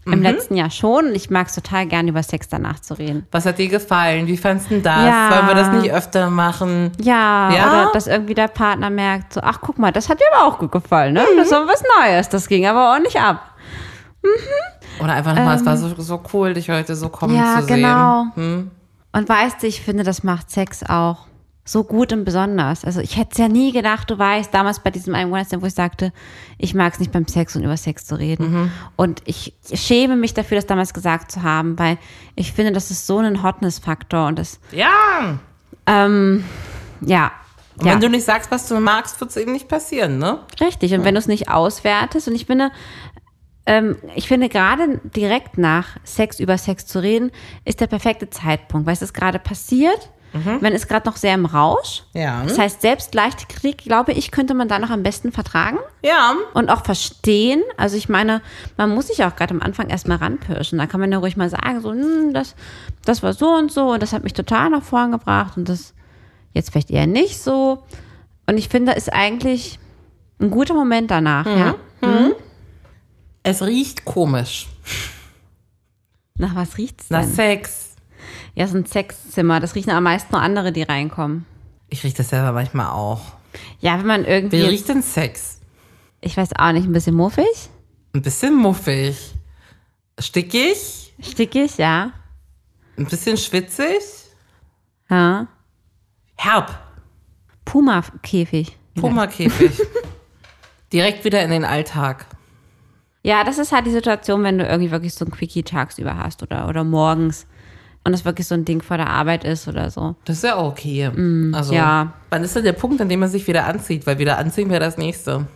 Speaker 3: Im letzten Jahr schon. Ich mag es total gern, über Sex danach zu reden.
Speaker 2: Was hat dir gefallen? Wie fandst du denn das?
Speaker 3: Ja.
Speaker 2: Wollen wir das nicht öfter machen?
Speaker 3: Ja,
Speaker 2: Ja?
Speaker 3: oder dass irgendwie der Partner merkt, so, ach guck mal, das hat dir aber auch gut gefallen, ne? Das ist aber was Neues, das ging aber auch nicht ab.
Speaker 2: Oder einfach nochmal, es war so, so cool, dich heute so kommen
Speaker 3: Ähm, Ja,
Speaker 2: zu sehen. Hm?
Speaker 3: genau. Und weißt du, ich finde, das macht Sex auch so gut und besonders. Also ich hätte es ja nie gedacht, du weißt, damals bei diesem einen One-Night-Stand, wo ich sagte, ich mag es nicht beim Sex und über Sex zu reden.
Speaker 2: Mhm.
Speaker 3: Und ich schäme mich dafür, das damals gesagt zu haben, weil ich finde, das ist so ein Hotness-Faktor und das,
Speaker 2: Ja!
Speaker 3: ähm, ja.
Speaker 2: Und
Speaker 3: ja.
Speaker 2: wenn du nicht sagst, was du magst, wird es eben nicht passieren, ne?
Speaker 3: Richtig, und wenn du es nicht auswertest, und ich finde, ähm, ich finde gerade direkt nach Sex über Sex zu reden, ist der perfekte Zeitpunkt, weil es ist gerade passiert, man ist gerade noch sehr im Rausch.
Speaker 2: Ja.
Speaker 3: Das heißt, selbst leichte Krieg, glaube ich, könnte man da noch am besten vertragen
Speaker 2: Ja.
Speaker 3: und auch verstehen. Also ich meine, man muss sich auch gerade am Anfang erstmal ranpirschen. Da kann man ja ruhig mal sagen, so, hm, das, das war so und so und das hat mich total nach vorn gebracht und das jetzt vielleicht eher nicht so. Und ich finde, da ist eigentlich ein guter Moment danach,
Speaker 2: Mhm.
Speaker 3: ja.
Speaker 2: Es riecht komisch.
Speaker 3: Nach was riecht's
Speaker 2: Nach
Speaker 3: denn?
Speaker 2: Sex.
Speaker 3: ja, so ein Sexzimmer. Das riechen am meisten nur andere, die reinkommen.
Speaker 2: Ich rieche das selber manchmal auch.
Speaker 3: Ja, wenn man irgendwie,
Speaker 2: Wie riecht denn Sex?
Speaker 3: ich weiß auch nicht, ein bisschen muffig,
Speaker 2: Ein bisschen muffig. Stickig?
Speaker 3: stickig, ja.
Speaker 2: Ein bisschen schwitzig?
Speaker 3: ja.
Speaker 2: Herb.
Speaker 3: Puma-Käfig.
Speaker 2: Puma-Käfig. Direkt wieder in den Alltag.
Speaker 3: Ja, das ist halt die Situation, wenn du irgendwie wirklich so ein Quickie tagsüber hast oder, oder morgens und das wirklich so ein Ding vor der Arbeit ist oder so.
Speaker 2: Das ist ja auch okay. also,
Speaker 3: Mm, ja.
Speaker 2: Wann ist denn der Punkt, an dem man sich wieder anzieht? Weil wieder anziehen wäre das nächste.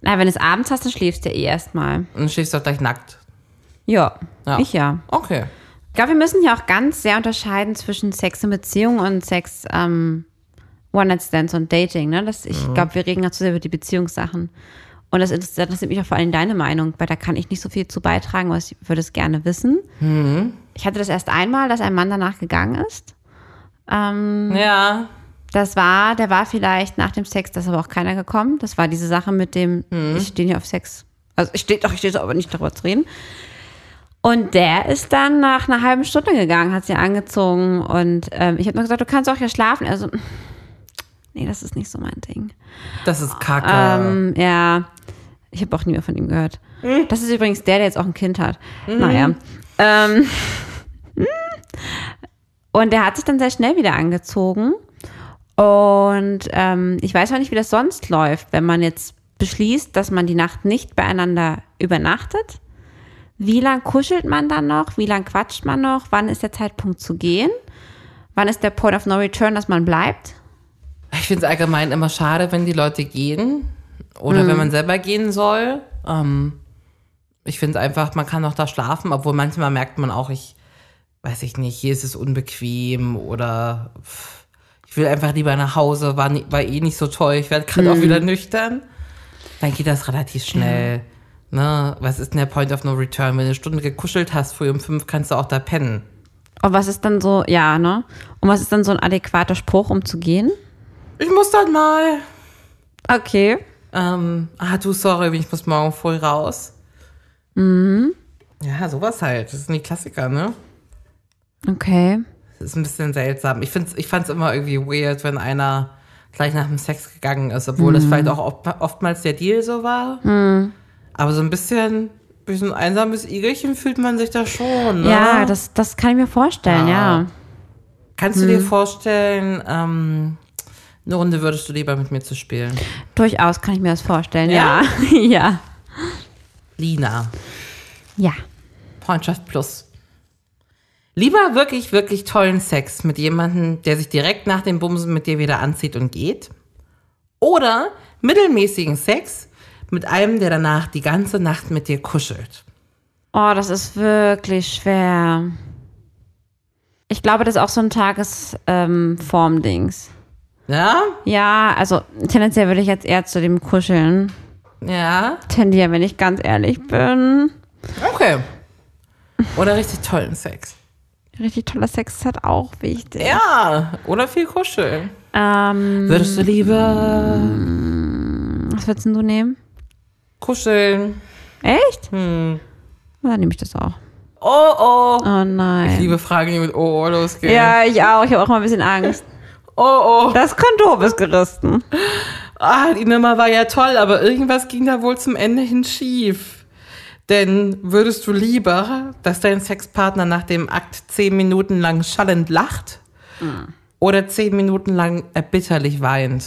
Speaker 3: Na, wenn du es abends hast, dann schläfst du eh erstmal.
Speaker 2: Und dann schläfst du doch gleich nackt.
Speaker 3: Ja,
Speaker 2: Ja.
Speaker 3: ich ja.
Speaker 2: Okay.
Speaker 3: Ich glaube, wir müssen ja auch ganz sehr unterscheiden zwischen Sex in Beziehung und Sex ähm, One-Night-Stands und Dating. Ne? Das, ich glaube, wir reden gerade zu sehr über die Beziehungssachen. Und das interessiert, das mich auch vor allem deine Meinung, weil da kann ich nicht so viel zu beitragen, aber ich würde es gerne wissen. Ich hatte das erst einmal, dass ein Mann danach gegangen ist. Ähm,
Speaker 2: Ja.
Speaker 3: Das war, der war vielleicht nach dem Sex, das ist aber auch keiner gekommen. Das war diese Sache mit dem, ich stehe nicht auf Sex. Also ich stehe doch, ich stehe aber nicht darüber zu reden. Und der ist dann nach einer halben Stunde gegangen, hat sie angezogen und ähm, ich habe nur gesagt, du kannst auch hier schlafen. Also, nee, das ist nicht so mein Ding.
Speaker 2: Das ist kacke.
Speaker 3: Ähm, ja, ich habe auch nie mehr von ihm gehört. Das ist übrigens der, der jetzt auch ein Kind hat. Naja. Ähm, und der hat sich dann sehr schnell wieder angezogen. Und ähm, ich weiß auch nicht, wie das sonst läuft, wenn man jetzt beschließt, dass man die Nacht nicht beieinander übernachtet. Wie lang kuschelt man dann noch? Wie lang quatscht man noch? Wann ist der Zeitpunkt zu gehen? Wann ist der Point of No Return, dass man bleibt?
Speaker 2: Ich finde es allgemein immer schade, wenn die Leute gehen oder wenn man selber gehen soll. Ähm, ich finde es einfach, man kann auch da schlafen, obwohl manchmal merkt man auch, ich weiß ich nicht, hier ist es unbequem oder pff, ich will einfach lieber nach Hause, war, nie, war eh nicht so toll, ich werde gerade auch wieder nüchtern. Dann geht das relativ schnell. Ne? Was ist denn der Point of No Return? Wenn du eine Stunde gekuschelt hast, früh um fünf kannst du auch da pennen.
Speaker 3: Und was ist dann so, ja, ne? Und was ist dann so ein adäquater Spruch, um zu gehen?
Speaker 2: Ich muss dann mal.
Speaker 3: Okay.
Speaker 2: Ähm, ah, du, sorry, ich muss morgen früh raus. Mhm. Ja, sowas halt. Das sind die Klassiker, ne?
Speaker 3: Okay.
Speaker 2: Das ist ein bisschen seltsam. Ich, find's, ich fand's immer irgendwie weird, wenn einer gleich nach dem Sex gegangen ist, obwohl
Speaker 3: Mhm.
Speaker 2: das vielleicht auch oft, oftmals der Deal so war. Aber so ein bisschen, wie so ein einsames Igelchen fühlt man sich da schon, ne?
Speaker 3: Ja, das, das kann ich mir vorstellen,
Speaker 2: Ja.
Speaker 3: ja.
Speaker 2: Kannst du dir
Speaker 3: Mhm.
Speaker 2: vorstellen, ähm, eine Runde würdest du lieber mit mir zu spielen?
Speaker 3: Durchaus kann ich mir das vorstellen,
Speaker 2: Ja?
Speaker 3: ja. Ja.
Speaker 2: Lina.
Speaker 3: Ja.
Speaker 2: Freundschaft plus. Lieber wirklich, wirklich tollen Sex mit jemandem, der sich direkt nach dem Bumsen mit dir wieder anzieht und geht. Oder mittelmäßigen Sex mit einem, der danach die ganze Nacht mit dir kuschelt.
Speaker 3: Oh, das ist wirklich schwer. Ich glaube, das ist auch so ein Tagesform-Dings.
Speaker 2: Ja?
Speaker 3: ja, also tendenziell würde ich jetzt eher zu dem Kuscheln
Speaker 2: Ja.
Speaker 3: tendieren, wenn ich ganz ehrlich bin.
Speaker 2: Okay. Oder richtig tollen Sex.
Speaker 3: Richtig toller Sex ist halt auch wichtig.
Speaker 2: Ja. Oder viel kuscheln.
Speaker 3: Ähm,
Speaker 2: Würdest du lieber
Speaker 3: was würdest denn du nehmen?
Speaker 2: kuscheln?
Speaker 3: Echt? Dann nehme ich das auch.
Speaker 2: Oh, Hm. oh.
Speaker 3: Oh nein.
Speaker 2: Liebe Fragen, die mit Oh, oh losgehen.
Speaker 3: ja, ich auch. Ich habe auch mal ein bisschen Angst.
Speaker 2: Oh, oh.
Speaker 3: Das Kondom ist gerissen.
Speaker 2: Ah, die Nummer war ja toll, aber irgendwas ging da wohl zum Ende hin schief. Denn würdest du lieber, dass dein Sexpartner nach dem Akt zehn Minuten lang schallend lacht
Speaker 3: Ah.
Speaker 2: oder zehn Minuten lang erbitterlich weint?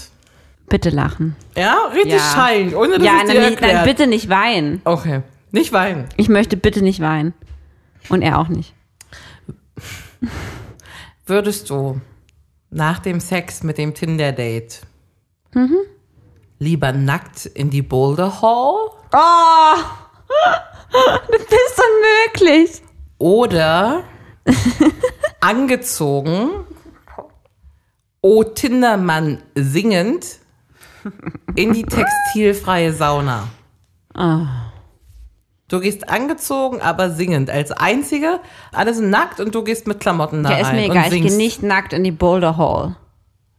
Speaker 3: Bitte lachen.
Speaker 2: Ja, richtig
Speaker 3: Ja.
Speaker 2: schallend, ohne dass
Speaker 3: ja,
Speaker 2: es
Speaker 3: nein,
Speaker 2: dir
Speaker 3: nein,
Speaker 2: erklärt.
Speaker 3: nein, bitte nicht weinen.
Speaker 2: Okay, nicht weinen.
Speaker 3: Ich möchte bitte nicht weinen. Und er auch nicht.
Speaker 2: Würdest du nach dem Sex mit dem Tinder-Date
Speaker 3: Mhm.
Speaker 2: lieber nackt in die Boulder Hall
Speaker 3: Oh! Das ist unmöglich.
Speaker 2: oder angezogen, O Tindermann singend, in die textilfreie Sauna.
Speaker 3: Ah.
Speaker 2: Du gehst angezogen, aber singend. Als Einzige, alle sind nackt und du gehst mit Klamotten da
Speaker 3: Ja,
Speaker 2: rein
Speaker 3: ist mir
Speaker 2: und
Speaker 3: egal. Ich
Speaker 2: singst.
Speaker 3: gehe nicht nackt in die Boulder Hall.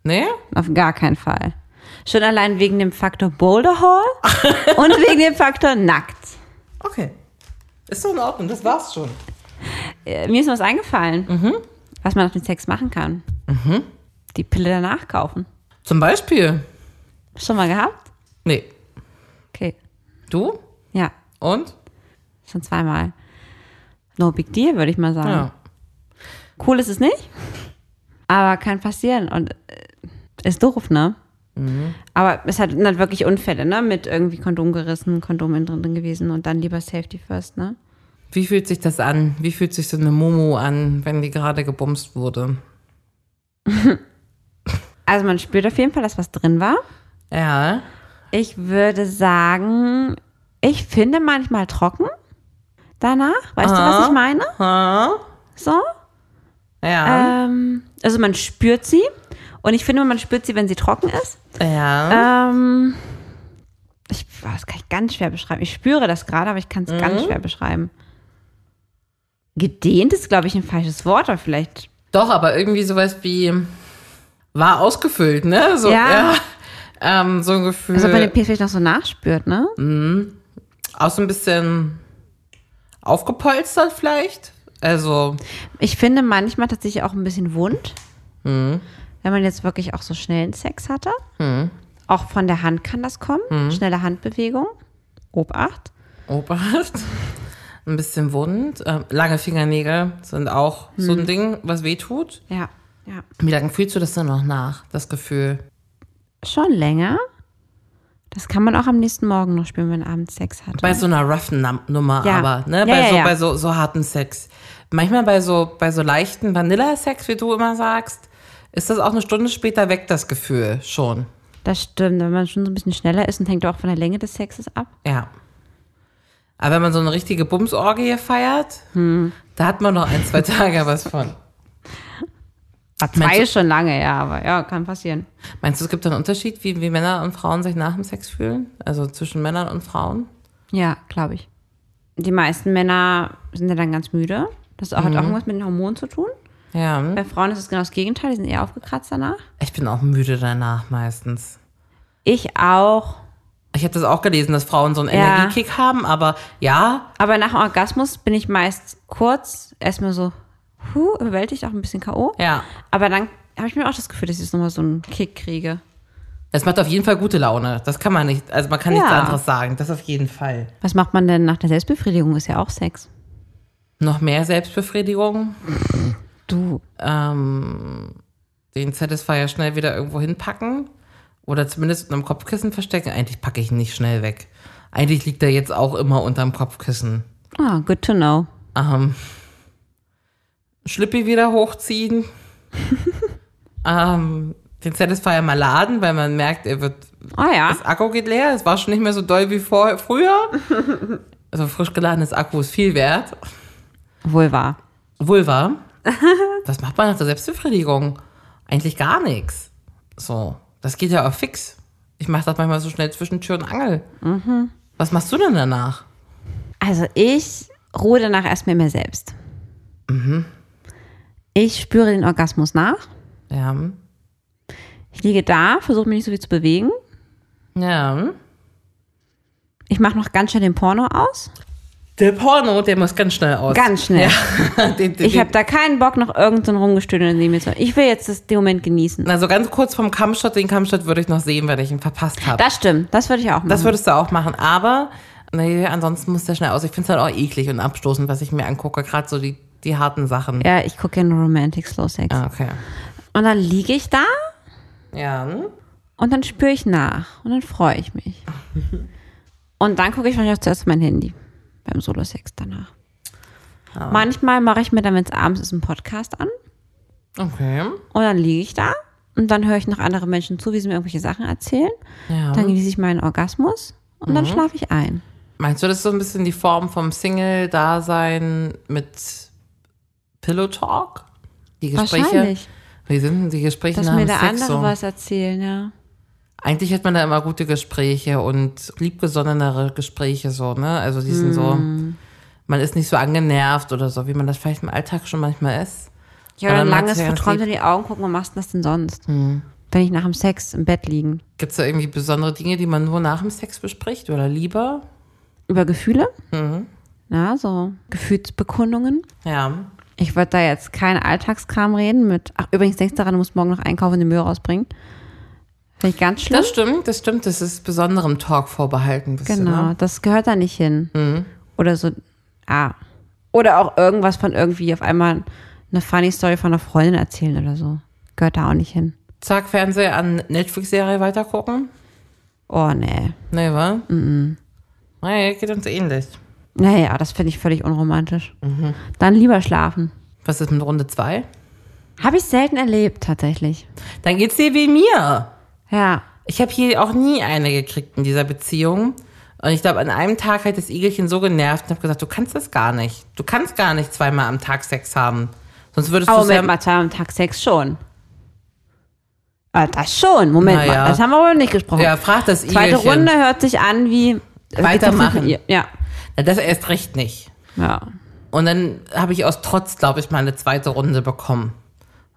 Speaker 2: Nee?
Speaker 3: Auf gar keinen Fall. Schon allein wegen dem Faktor Boulder Hall und wegen dem Faktor nackt.
Speaker 2: Okay. Ist doch in Ordnung, das war's schon.
Speaker 3: Äh, Mir ist was eingefallen, was man nach dem Sex machen kann. Die Pille danach kaufen.
Speaker 2: Zum Beispiel.
Speaker 3: Schon mal gehabt?
Speaker 2: Nee.
Speaker 3: Okay.
Speaker 2: Du?
Speaker 3: Ja,
Speaker 2: Und?
Speaker 3: schon zweimal. No big deal, würde ich mal sagen.
Speaker 2: Ja.
Speaker 3: Cool ist es nicht, aber kann passieren und äh, ist doof, ne? Aber es hat dann wirklich Unfälle, ne? Mit irgendwie Kondom gerissen, Kondom innen drin gewesen und dann lieber Safety First, ne?
Speaker 2: Wie fühlt sich das an? Wie fühlt sich so eine Momo an, wenn die gerade gebumst wurde?
Speaker 3: Also man spürt auf jeden Fall, dass was drin war.
Speaker 2: Ja.
Speaker 3: Ich würde sagen, ich finde manchmal trocken danach. Weißt du, was ich meine?
Speaker 2: Ha?
Speaker 3: So.
Speaker 2: Ja.
Speaker 3: Ähm, also man spürt sie und ich finde, man spürt sie, wenn sie trocken ist.
Speaker 2: ja.
Speaker 3: Ähm, ich, boah, das kann ich ganz schwer beschreiben. Ich spüre das gerade, aber ich kann es ganz schwer beschreiben. Gedehnt ist, glaube ich, ein falsches Wort, aber vielleicht.
Speaker 2: Doch, aber irgendwie sowas wie war ausgefüllt, ne? So,
Speaker 3: Ja.
Speaker 2: ja. Ähm, so ein Gefühl.
Speaker 3: Also, ob man den Penis vielleicht noch so nachspürt, ne?
Speaker 2: auch so ein bisschen aufgepolstert vielleicht. Also,
Speaker 3: Ich finde manchmal tatsächlich auch ein bisschen wund,
Speaker 2: Mhm.
Speaker 3: wenn man jetzt wirklich auch so schnellen Sex hatte. Auch von der Hand kann das kommen.
Speaker 2: Mhm.
Speaker 3: Schnelle Handbewegung. Obacht.
Speaker 2: Obacht. Ein bisschen wund. Ähm, lange Fingernägel sind auch so
Speaker 3: Hm.
Speaker 2: ein Ding, was weh tut.
Speaker 3: Ja, ja.
Speaker 2: Wie lange fühlst du das denn noch nach, das Gefühl?
Speaker 3: Schon länger. Das kann man auch am nächsten Morgen noch spüren, wenn man abends Sex hatte.
Speaker 2: Bei so einer roughen Num- Nummer
Speaker 3: Ja.
Speaker 2: aber, ne?
Speaker 3: Ja,
Speaker 2: bei
Speaker 3: ja,
Speaker 2: so,
Speaker 3: ja.
Speaker 2: bei so, so harten Sex. Manchmal bei so, bei so leichten Vanilla-Sex, wie du immer sagst, ist das auch eine Stunde später weg, das Gefühl schon.
Speaker 3: Das stimmt, wenn man schon so ein bisschen schneller ist und hängt auch von der Länge des Sexes ab.
Speaker 2: Ja. Aber wenn man so eine richtige Bumsorgie feiert,
Speaker 3: Hm.
Speaker 2: da hat man noch ein, zwei Tage was von.
Speaker 3: Zwei
Speaker 2: Meinst
Speaker 3: ist schon lange, ja, aber ja, kann passieren.
Speaker 2: du, meinst du, es gibt da einen Unterschied, wie, wie Männer und Frauen sich nach dem Sex fühlen? Also zwischen Männern und Frauen?
Speaker 3: Ja, glaube ich. Die meisten Männer sind ja dann ganz müde. Das hat
Speaker 2: Mhm.
Speaker 3: auch irgendwas mit den Hormonen zu tun.
Speaker 2: Ja.
Speaker 3: Bei Frauen ist es genau das Gegenteil, die sind eher aufgekratzt danach.
Speaker 2: Ich bin auch müde danach meistens.
Speaker 3: Ich auch.
Speaker 2: Ich habe das auch gelesen, dass Frauen so einen
Speaker 3: Ja.
Speaker 2: Energiekick haben, aber ja,
Speaker 3: Aber nach dem Orgasmus bin ich meist kurz erstmal so, huh, überwältigt, auch ein bisschen K.O.
Speaker 2: ja.
Speaker 3: Aber dann habe ich mir auch das Gefühl, dass ich jetzt nochmal so einen Kick kriege.
Speaker 2: Das macht auf jeden Fall gute Laune. Das kann man nicht, also man kann nichts
Speaker 3: Ja.
Speaker 2: anderes sagen. Das auf jeden Fall.
Speaker 3: Was macht man denn nach der Selbstbefriedigung? Ist ja auch Sex.
Speaker 2: Noch mehr Selbstbefriedigung,
Speaker 3: Du.
Speaker 2: ähm, den Satisfier schnell wieder irgendwo hinpacken oder zumindest unterm Kopfkissen verstecken. Eigentlich packe ich ihn nicht schnell weg. Eigentlich liegt er jetzt auch immer unterm Kopfkissen.
Speaker 3: Ah, good to know.
Speaker 2: Ähm, Schlippi wieder hochziehen. ähm, den Satisfier mal laden, weil man merkt, er wird
Speaker 3: Ah ja.
Speaker 2: Das Akku geht leer, es war schon nicht mehr so doll wie vor, früher. Also frisch geladenes Akku ist viel wert.
Speaker 3: Wohl wahr.
Speaker 2: Vulva. Was macht man nach der Selbstbefriedigung? Eigentlich gar nichts. So, das geht ja auch fix. Ich mache das manchmal so schnell zwischen Tür und Angel. Was machst du denn danach?
Speaker 3: Also ich ruhe danach erstmal in mir selbst. Ich spüre den Orgasmus nach.
Speaker 2: Ja. hm.
Speaker 3: Ich liege da, versuche mich nicht so viel zu bewegen.
Speaker 2: Ja. hm.
Speaker 3: Ich mache noch ganz schnell den Porno aus.
Speaker 2: Der Porno, der muss ganz schnell aus.
Speaker 3: Ganz schnell.
Speaker 2: Den- den-
Speaker 3: Ich habe da keinen Bock, noch irgendein so Rumgestöhne neben mir zu Ich will jetzt das, den Moment genießen.
Speaker 2: Also ganz kurz vom Kampfshot, den Kampfshot würde ich noch sehen, weil ich ihn verpasst habe.
Speaker 3: Das stimmt, das würde ich auch machen.
Speaker 2: Das würdest du auch machen, aber nee, ansonsten muss der schnell aus. Ich finde es halt auch eklig und abstoßend, was ich mir angucke, gerade so die, die harten Sachen.
Speaker 3: ja, ich gucke ja nur Romantic Slow Sex.
Speaker 2: Ah, Okay.
Speaker 3: Und dann liege ich da
Speaker 2: Ja. hm?
Speaker 3: und dann spüre ich nach und dann freue ich mich. und dann gucke ich wahrscheinlich auch zuerst mein Handy beim Solo-Sex danach.
Speaker 2: Ah.
Speaker 3: Manchmal mache ich mir dann, wenn es abends ist, einen Podcast an
Speaker 2: Okay.
Speaker 3: und dann liege ich da und dann höre ich noch andere Menschen zu, wie sie mir irgendwelche Sachen erzählen.
Speaker 2: Ja. Mhm.
Speaker 3: Dann genieße ich meinen Orgasmus und dann schlafe ich ein.
Speaker 2: Meinst du, das ist so ein bisschen die Form vom Single-Dasein mit Pillow Talk? Die Gespräche.
Speaker 3: Wahrscheinlich,
Speaker 2: Wie sind denn die Gespräche
Speaker 3: dass
Speaker 2: nach
Speaker 3: mir
Speaker 2: dem
Speaker 3: der
Speaker 2: Sex
Speaker 3: andere
Speaker 2: so?
Speaker 3: was erzählen, ja.
Speaker 2: Eigentlich hat man da immer gute Gespräche und liebgesonnenere Gespräche so, ne? Also die sind so,
Speaker 3: Hm.
Speaker 2: man ist nicht so angenervt oder so, wie man das vielleicht im Alltag schon manchmal ist.
Speaker 3: Ja,
Speaker 2: Aber
Speaker 3: oder ein
Speaker 2: dann magst
Speaker 3: langes,
Speaker 2: du ja Mhm. ganz
Speaker 3: verträumt in die Augen gucken, wo machst du das denn sonst? Wenn ich nach dem Sex im Bett liegen.
Speaker 2: Gibt es da irgendwie besondere Dinge, die man nur nach dem Sex bespricht oder lieber?
Speaker 3: Über Gefühle?
Speaker 2: Mhm.
Speaker 3: Ja, so Gefühlsbekundungen.
Speaker 2: Ja.
Speaker 3: Ich würde da jetzt keinen Alltagskram reden mit, ach übrigens denkst du daran, du musst morgen noch einkaufen und den Müll rausbringen. Finde ich ganz schlimm.
Speaker 2: Das stimmt, das stimmt. Das ist besonderem Talk vorbehalten. ein bisschen,
Speaker 3: genau,
Speaker 2: Ne?
Speaker 3: das gehört da nicht hin.
Speaker 2: Mhm.
Speaker 3: Oder so, ah. Oder auch irgendwas von irgendwie auf einmal eine funny Story von einer Freundin erzählen oder so. Gehört da auch nicht hin.
Speaker 2: Zack, Fernseher an Netflix-Serie weitergucken?
Speaker 3: Oh, nee.
Speaker 2: Nee, wa? Mhm. Nee, geht uns ähnlich.
Speaker 3: Naja, das finde ich völlig unromantisch.
Speaker 2: Mhm.
Speaker 3: Dann lieber schlafen.
Speaker 2: Was ist mit Runde zwei?
Speaker 3: Habe ich selten erlebt, tatsächlich.
Speaker 2: Dann geht's dir wie mir.
Speaker 3: Ja.
Speaker 2: Ich habe hier auch nie eine gekriegt in dieser Beziehung. Und ich glaube, an einem Tag hat das Igelchen so genervt und habe gesagt, du kannst das gar nicht. Du kannst gar nicht zweimal am Tag Sex haben. Sonst würdest
Speaker 3: Aber
Speaker 2: du es ja
Speaker 3: Moment mal, zwei am Tag Sex schon. Ah, das schon. Moment
Speaker 2: Naja.
Speaker 3: mal, das haben wir aber nicht gesprochen.
Speaker 2: Ja, frag das
Speaker 3: Zweite
Speaker 2: Igelchen.
Speaker 3: Runde hört sich an wie... das geht doch
Speaker 2: Weitermachen.
Speaker 3: nicht mit ihr. Ja.
Speaker 2: Na, das erst recht nicht.
Speaker 3: ja.
Speaker 2: Und dann habe ich aus Trotz, glaube ich, mal eine zweite Runde bekommen.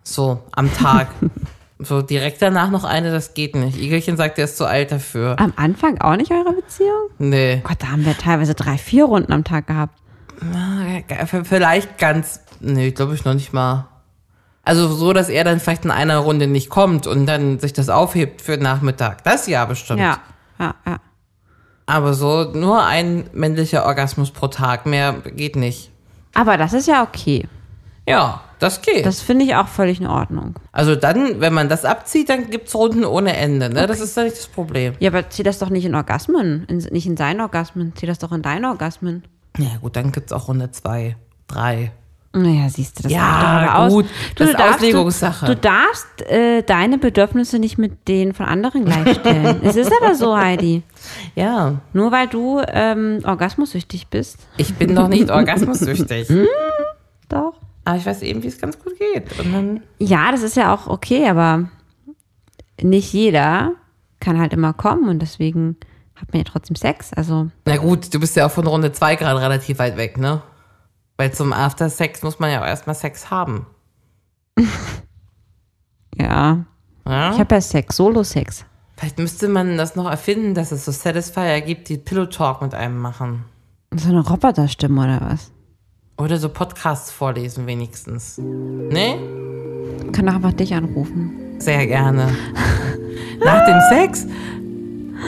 Speaker 2: So am Tag. so direkt danach noch eine, das geht nicht. Igelchen sagt, er ist zu alt dafür.
Speaker 3: Am Anfang auch nicht eure Beziehung?
Speaker 2: Nee.
Speaker 3: Gott, da haben wir teilweise drei, vier Runden am Tag gehabt.
Speaker 2: V- Äh, Vielleicht ganz. Nee, glaube ich noch nicht mal. Also so, dass er dann vielleicht in einer Runde nicht kommt und dann sich das aufhebt für Nachmittag. Das ja bestimmt.
Speaker 3: Ja. Ja, ja.
Speaker 2: Aber so nur ein männlicher Orgasmus pro Tag. Mehr geht nicht.
Speaker 3: Aber das ist ja okay.
Speaker 2: Ja, das geht.
Speaker 3: Das finde ich auch völlig in Ordnung.
Speaker 2: also dann, wenn man das abzieht, dann gibt's Runden ohne Ende. Ne? Das ist dann nicht das Problem.
Speaker 3: Ja, aber zieh das doch nicht in Orgasmen. In, nicht in seinen Orgasmen. Zieh das doch in deinen Orgasmen.
Speaker 2: Ja gut, dann gibt's auch Runde zwei, drei.
Speaker 3: Naja, siehst du, das
Speaker 2: Ja,
Speaker 3: reicht doch aber aus.
Speaker 2: gut.
Speaker 3: Du,
Speaker 2: Das
Speaker 3: du
Speaker 2: ist
Speaker 3: darfst,
Speaker 2: Auslegungssache.
Speaker 3: Du, du darfst äh, deine Bedürfnisse nicht mit denen von anderen gleichstellen. es ist aber so, Heidi.
Speaker 2: Ja,
Speaker 3: Nur weil du ähm, orgasmussüchtig bist.
Speaker 2: ich bin noch nicht orgasmussüchtig.
Speaker 3: Doch.
Speaker 2: Aber ich weiß eben, wie es ganz gut geht. Und dann,
Speaker 3: Ja, das ist ja auch okay, aber nicht jeder kann halt immer kommen und deswegen hat man ja trotzdem Sex. Also,
Speaker 2: na gut, du bist ja auch von Runde zwei gerade relativ weit weg, ne? Weil zum After-Sex muss man ja auch erstmal Sex haben.
Speaker 3: ja.
Speaker 2: Ja?
Speaker 3: Ich habe ja Sex, Solo-Sex.
Speaker 2: Vielleicht müsste man das noch erfinden, dass es so Satisfier gibt, die Pillow Talk mit einem machen.
Speaker 3: So eine Roboterstimme oder was?
Speaker 2: Oder so Podcasts vorlesen wenigstens. Ne?
Speaker 3: Kann doch einfach dich anrufen.
Speaker 2: Sehr gerne. Nach dem Sex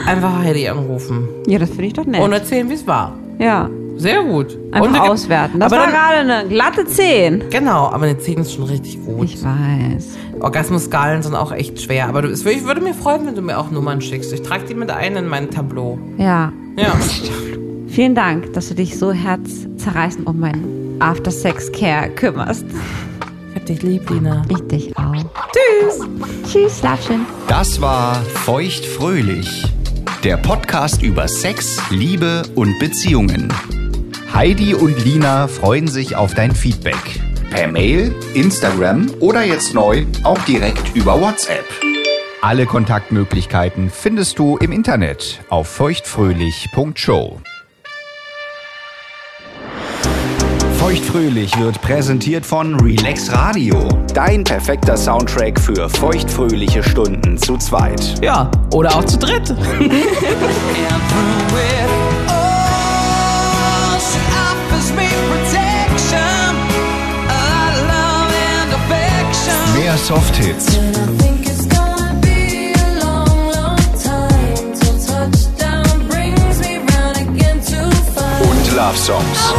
Speaker 2: einfach Heidi anrufen
Speaker 3: Ja, das finde ich doch nett.
Speaker 2: und erzählen, wie es war.
Speaker 3: ja.
Speaker 2: Sehr gut. und,
Speaker 3: Einfach auswerten. Das
Speaker 2: aber
Speaker 3: war
Speaker 2: dann-
Speaker 3: gerade eine glatte 10.
Speaker 2: Genau, aber eine 10 ist schon richtig gut.
Speaker 3: Ich weiß.
Speaker 2: Orgasmusskalen sind auch echt schwer. Aber du, es wür- ich würde mir freuen, wenn du mir auch Nummern schickst. Ich trage die mit ein in mein Tableau.
Speaker 3: Ja.
Speaker 2: Ja.
Speaker 3: Vielen Dank, dass du dich so herzzerreißend um meinen After-Sex-Care kümmerst.
Speaker 2: Ich hab dich lieb, Lina.
Speaker 3: Ich dich auch. Tschüss. Tschüss, schlaf schön.
Speaker 1: Das war Feuchtfröhlich, der Podcast über Sex, Liebe und Beziehungen. Heidi und Lina freuen sich auf dein Feedback. Per Mail, Instagram oder jetzt neu auch direkt über WhatsApp. Alle Kontaktmöglichkeiten findest du im Internet auf feuchtfröhlich.show. Feuchtfröhlich wird präsentiert von Relax Radio. Dein perfekter Soundtrack für feuchtfröhliche Stunden zu zweit.
Speaker 2: Ja, oder auch zu dritt.
Speaker 1: Mehr Softhits, und Love Songs.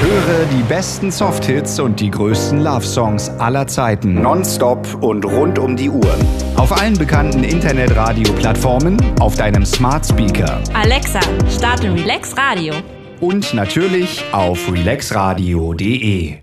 Speaker 1: Höre die besten Softhits und die größten Love Songs aller Zeiten nonstop und rund um die Uhr. Auf allen bekannten Internetradio-Plattformen, auf deinem Smart Speaker
Speaker 3: Alexa, starte Relax Radio.
Speaker 1: und natürlich auf relaxradio.de.